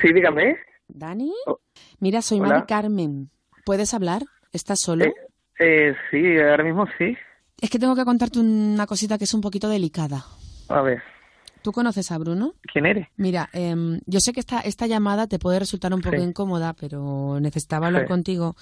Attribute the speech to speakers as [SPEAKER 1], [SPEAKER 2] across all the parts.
[SPEAKER 1] Sí, dígame.
[SPEAKER 2] ¿Dani?
[SPEAKER 1] Oh.
[SPEAKER 2] Mira, soy
[SPEAKER 1] Hola.
[SPEAKER 2] Mari Carmen. ¿Puedes hablar? ¿Estás solo?
[SPEAKER 1] Eh, eh, sí, ahora mismo sí.
[SPEAKER 2] Es que tengo que contarte una cosita que es un poquito delicada.
[SPEAKER 1] A ver,
[SPEAKER 2] ¿Tú conoces a Bruno?
[SPEAKER 1] ¿quién eres?
[SPEAKER 2] Mira, em, yo sé que esta, esta llamada te puede resultar un poco
[SPEAKER 1] Sí.
[SPEAKER 2] incómoda, pero necesitaba hablar
[SPEAKER 1] Sí.
[SPEAKER 2] contigo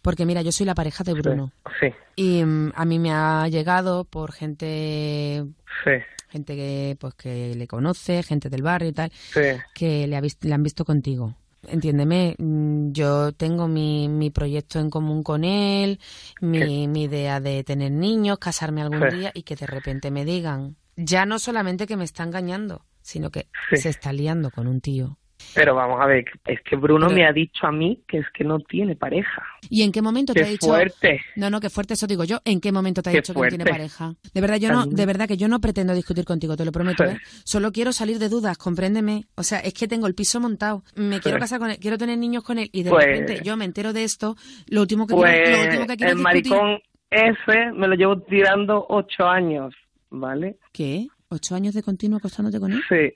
[SPEAKER 2] porque, mira, yo soy la pareja de Bruno.
[SPEAKER 1] Sí,
[SPEAKER 2] Y em, a mí me ha llegado por gente
[SPEAKER 1] sí,
[SPEAKER 2] gente que pues que le conoce, gente del barrio y tal,
[SPEAKER 1] sí,
[SPEAKER 2] que le, ha vis- le han visto contigo. Entiéndeme, mm, yo tengo mi, mi proyecto en común con él, mi, mi idea de tener niños, casarme algún
[SPEAKER 1] Sí.
[SPEAKER 2] día y que de repente me digan, ya no solamente que me está engañando, sino que
[SPEAKER 1] sí.
[SPEAKER 2] se está liando con un tío.
[SPEAKER 1] Pero vamos a ver, es que Bruno
[SPEAKER 2] Pero-
[SPEAKER 1] me ha dicho a mí que es que no tiene pareja.
[SPEAKER 2] ¿Y en qué momento te ha
[SPEAKER 1] ¡Qué
[SPEAKER 2] dicho?
[SPEAKER 1] fuerte!
[SPEAKER 2] No, no, qué fuerte eso digo yo. ¿En qué momento te ha
[SPEAKER 1] Qué
[SPEAKER 2] dicho que no tiene
[SPEAKER 1] fuerte.
[SPEAKER 2] pareja? De verdad, yo no,
[SPEAKER 1] También.
[SPEAKER 2] de verdad que yo no pretendo discutir contigo, te lo prometo.
[SPEAKER 1] Sí.
[SPEAKER 2] ¿eh? Solo quiero salir de dudas, compréndeme. O sea, es que tengo el piso montado, me quiero
[SPEAKER 1] Sí.
[SPEAKER 2] casar con él, quiero tener niños con él y de
[SPEAKER 1] Pues-
[SPEAKER 2] repente yo me entero de esto. Lo último que quiero, lo
[SPEAKER 1] Pues
[SPEAKER 2] último que quiero
[SPEAKER 1] el
[SPEAKER 2] es discutir-
[SPEAKER 1] maricón ese me lo llevo tirando ocho años, ¿vale?
[SPEAKER 2] ¿Qué? ¿Ocho años de continuo acostándote con él?
[SPEAKER 1] Sí,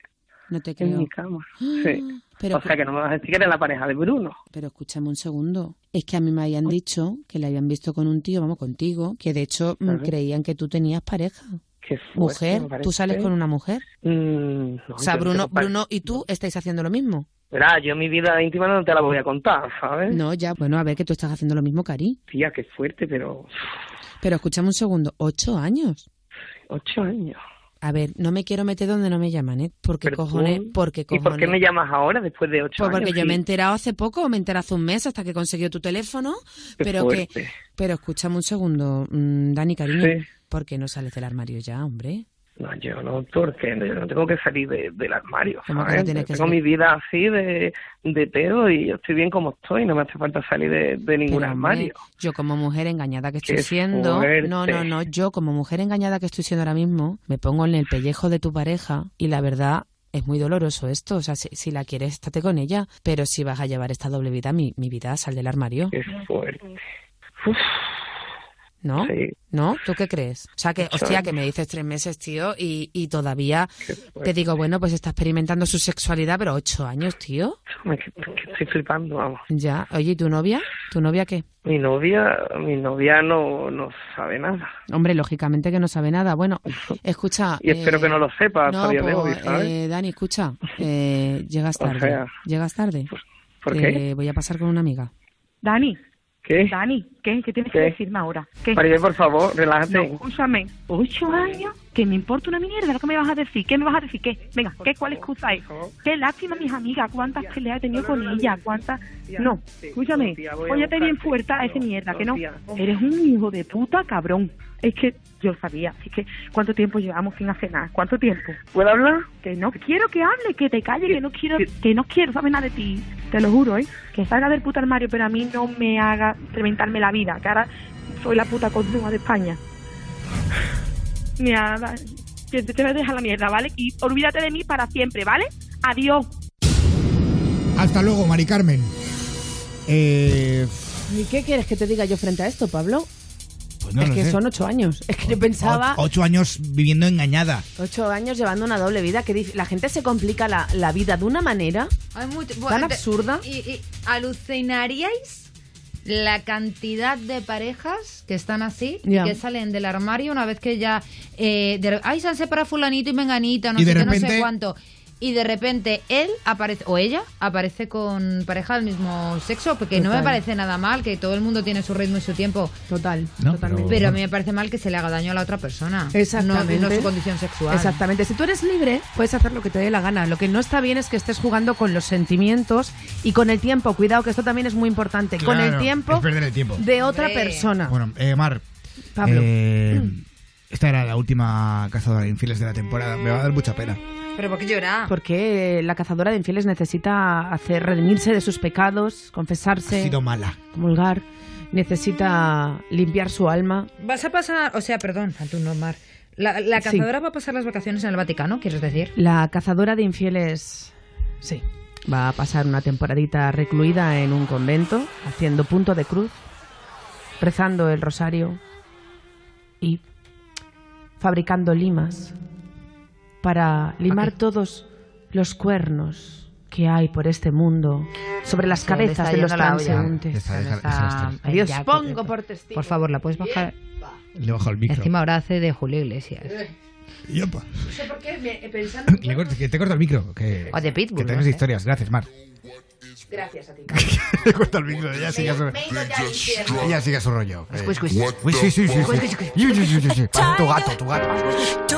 [SPEAKER 2] No te
[SPEAKER 1] en
[SPEAKER 2] creo.
[SPEAKER 1] mi cama.
[SPEAKER 2] Ah,
[SPEAKER 1] Mm, Sí.
[SPEAKER 2] ¿Mm? Pero,
[SPEAKER 1] o sea que no me vas a decir que eres la pareja de Bruno.
[SPEAKER 2] pero escúchame un segundo. Es que a mí me habían
[SPEAKER 1] Pues
[SPEAKER 2] dicho que le habían visto con un tío, vamos, contigo, que de hecho mm,
[SPEAKER 1] Ajá.
[SPEAKER 2] creían que tú tenías pareja.
[SPEAKER 1] Qué fuerte,
[SPEAKER 2] Mujer,
[SPEAKER 1] Pues me parece.
[SPEAKER 2] ¿tú sales con una mujer?
[SPEAKER 1] Mm, no,
[SPEAKER 2] O sea,
[SPEAKER 1] yo no
[SPEAKER 2] Bruno,
[SPEAKER 1] tengo pareja.
[SPEAKER 2] Bruno y tú estáis haciendo lo mismo.
[SPEAKER 1] Verá, yo mi vida íntima no te la voy a contar, ¿sabes?
[SPEAKER 2] No, ya, bueno, a ver que tú estás haciendo lo mismo, Cari.
[SPEAKER 1] Tía, qué fuerte, pero
[SPEAKER 2] Pero escúchame un segundo, ocho años.
[SPEAKER 1] ocho años.
[SPEAKER 2] A ver, no me quiero meter donde no me llaman, ¿eh? Porque
[SPEAKER 1] Pero tú-
[SPEAKER 2] cojones, porque
[SPEAKER 1] ¿Y
[SPEAKER 2] cojones.
[SPEAKER 1] por qué me llamas ahora después de ocho
[SPEAKER 2] Pues porque
[SPEAKER 1] años?
[SPEAKER 2] yo
[SPEAKER 1] Sí,
[SPEAKER 2] me he enterado hace poco, me enteré hace un mes hasta que consiguió tu teléfono.
[SPEAKER 1] qué
[SPEAKER 2] pero que,
[SPEAKER 1] fuerte.
[SPEAKER 2] pero escúchame un segundo, mm, Dani, cariño,
[SPEAKER 1] Sí.
[SPEAKER 2] ¿por qué no sales del armario ya, hombre?
[SPEAKER 1] No, yo no, porque yo no tengo que salir de- del armario,
[SPEAKER 2] ¿Cómo que no
[SPEAKER 1] ¿sabes?
[SPEAKER 2] tienes que
[SPEAKER 1] tengo
[SPEAKER 2] salir?
[SPEAKER 1] mi vida así de, de pedo y yo estoy bien como estoy, no me hace falta salir de, de ningún
[SPEAKER 2] Pero, hombre,
[SPEAKER 1] armario.
[SPEAKER 2] yo como mujer engañada que estoy
[SPEAKER 1] Qué
[SPEAKER 2] siendo,
[SPEAKER 1] fuerte.
[SPEAKER 2] no, no, no, yo como mujer engañada que estoy siendo ahora mismo, me pongo en el pellejo de tu pareja y la verdad es muy doloroso esto, o sea, si, si la quieres, estate con ella, pero si vas a llevar esta doble vida, mi, mi vida sal del armario,
[SPEAKER 1] Qué fuerte. Uf,
[SPEAKER 2] ¿no?
[SPEAKER 1] sí,
[SPEAKER 2] ¿No? ¿Tú qué crees? O sea, que,
[SPEAKER 1] Mucho.
[SPEAKER 2] hostia, que me dices tres meses, tío, y, y todavía
[SPEAKER 1] qué
[SPEAKER 2] te
[SPEAKER 1] fuerte.
[SPEAKER 2] digo, bueno, pues está experimentando su sexualidad, pero ocho años, tío.
[SPEAKER 1] Me- que- que estoy flipando, vamos.
[SPEAKER 2] Ya, oye, ¿y tu novia? ¿Tu novia qué?
[SPEAKER 1] Mi novia, mi novia no, no sabe nada.
[SPEAKER 2] Hombre, lógicamente que no sabe nada. Bueno, escucha.
[SPEAKER 1] Y espero
[SPEAKER 2] eh,
[SPEAKER 1] que no lo sepa hasta el
[SPEAKER 2] No,
[SPEAKER 1] día de hoy,
[SPEAKER 2] pues,
[SPEAKER 1] ¿sabes?
[SPEAKER 2] eh, Dani, escucha, eh, llegas
[SPEAKER 1] O
[SPEAKER 2] tarde.
[SPEAKER 1] sea,
[SPEAKER 2] llegas tarde.
[SPEAKER 1] ¿Por qué?
[SPEAKER 2] Eh, voy a pasar con una amiga.
[SPEAKER 3] Dani,
[SPEAKER 1] ¿Qué?
[SPEAKER 3] Dani, ¿qué? ¿Qué tienes
[SPEAKER 1] ¿Qué?
[SPEAKER 3] que decirme ahora? ¿Qué?
[SPEAKER 1] Maribel, por favor,
[SPEAKER 3] No,
[SPEAKER 1] relájate.
[SPEAKER 3] escúchame. ¿Ocho años? Que me importa una mierda lo que me vas a decir. ¿Qué me vas a decir? ¿Qué? Venga, ¿qué? ¿Cuál excusa es? Qué lástima, mis amigas. ¿Cuántas peleas he tenido con ella? ¿Cuántas? No, escúchame. Pues Óyate bien fuerte a ese mierda, que no. Eres un hijo de puta cabrón. Es que yo sabía. Así que, ¿cuánto tiempo llevamos sin hacer nada? ¿Cuánto tiempo?
[SPEAKER 1] ¿Puedo hablar?
[SPEAKER 3] Que no quiero que hable, que te calle, que no quiero, que no quiero saber nada de ti. Te lo juro, ¿eh? Que salga del puta armario, pero a mí no me haga reventarme la vida, que ahora soy la puta continua de España. Mira, va- que te te voy a dejar la mierda, ¿vale? Y olvídate de mí para siempre, ¿vale? Adiós.
[SPEAKER 4] Hasta luego, Mari Carmen. Eh,
[SPEAKER 2] ¿Y qué quieres que te diga yo frente a esto, Pablo?
[SPEAKER 4] pues no
[SPEAKER 2] es
[SPEAKER 4] lo
[SPEAKER 2] que
[SPEAKER 4] sé.
[SPEAKER 2] son ocho años. Es que yo
[SPEAKER 4] O-
[SPEAKER 2] pensaba
[SPEAKER 4] Ocho años viviendo engañada.
[SPEAKER 2] ocho años llevando una doble vida. Que dice- la gente se complica la, la vida de una manera.
[SPEAKER 5] Ay, muy-
[SPEAKER 2] ¿Tan
[SPEAKER 5] bueno, te-
[SPEAKER 2] absurda?
[SPEAKER 5] Y, y alucinaríais la cantidad de parejas que están así, y
[SPEAKER 2] Ya.
[SPEAKER 5] que salen del armario una vez que ya... Eh, de- Ay, se han separado fulanito y menganito, no
[SPEAKER 4] Y de
[SPEAKER 5] sé qué, no
[SPEAKER 4] repente-
[SPEAKER 5] sé cuánto. Y de repente él aparece, o ella aparece con pareja del mismo sexo, porque no me
[SPEAKER 2] Total.
[SPEAKER 5] parece nada mal, que todo el mundo tiene su ritmo y su tiempo.
[SPEAKER 2] Total,
[SPEAKER 4] No,
[SPEAKER 2] totalmente.
[SPEAKER 5] Pero a mí me parece mal que se le haga daño a la otra persona.
[SPEAKER 2] Exactamente.
[SPEAKER 5] No, no su condición sexual.
[SPEAKER 2] Exactamente. Si tú eres
[SPEAKER 3] ¿Eh?
[SPEAKER 2] libre, puedes hacer lo que te dé la gana. Lo que no está bien es que estés jugando con los sentimientos y con el tiempo. Cuidado, que esto también es muy importante. con el
[SPEAKER 4] Claro,
[SPEAKER 2] tiempo
[SPEAKER 4] es perder el tiempo.
[SPEAKER 2] de otra
[SPEAKER 5] Hombre.
[SPEAKER 2] persona.
[SPEAKER 4] Bueno, eh, Mar.
[SPEAKER 2] Pablo. Mm.
[SPEAKER 4] eh, esta era la última cazadora de infieles de la temporada. Me va a dar mucha pena.
[SPEAKER 5] Pero ¿por qué llorar?
[SPEAKER 2] Porque la cazadora de infieles necesita hacer redimirse de sus pecados,
[SPEAKER 4] Ha
[SPEAKER 2] confesarse,
[SPEAKER 4] sido mala.
[SPEAKER 2] comulgar, necesita limpiar su alma.
[SPEAKER 5] Vas a pasar, o sea, perdón, a tu no, Mar. La, la
[SPEAKER 2] Sí.
[SPEAKER 5] cazadora va a pasar las vacaciones en el Vaticano, ¿quieres decir?
[SPEAKER 2] La cazadora de infieles, sí, va a pasar una temporadita recluida en un convento, haciendo punto de cruz, rezando el rosario y fabricando limas para limar todos los cuernos que hay por este mundo sobre las
[SPEAKER 5] Se le está
[SPEAKER 2] cabezas de los
[SPEAKER 5] yendo la olla.
[SPEAKER 4] Ya
[SPEAKER 2] transeúntes.
[SPEAKER 4] está,
[SPEAKER 5] Ya no
[SPEAKER 4] deja-
[SPEAKER 5] está-
[SPEAKER 4] déjala estar.
[SPEAKER 5] Ay,
[SPEAKER 2] Dios,
[SPEAKER 5] ya,
[SPEAKER 2] pongo
[SPEAKER 5] que-
[SPEAKER 2] por testigo.
[SPEAKER 5] Por favor, ¿la puedes bajar?
[SPEAKER 4] Le bajo el micro.
[SPEAKER 5] Encima ahora hace de Julio Iglesias.
[SPEAKER 4] Y opa. eh, Le corto- que te corto el micro. Que,
[SPEAKER 5] O de Pitbull,
[SPEAKER 4] Que
[SPEAKER 5] no
[SPEAKER 4] tengas
[SPEAKER 5] sé.
[SPEAKER 4] historias. Gracias, Mar. Gracias a ti. Le corto el micro. Ella sigue su, ella sigue su rollo. Eh,
[SPEAKER 5] Squish, squish.
[SPEAKER 4] uy, sí, sí, sí, sí. Uy, uy, uy, uy, uy. Pasa Tu gato, tu gato.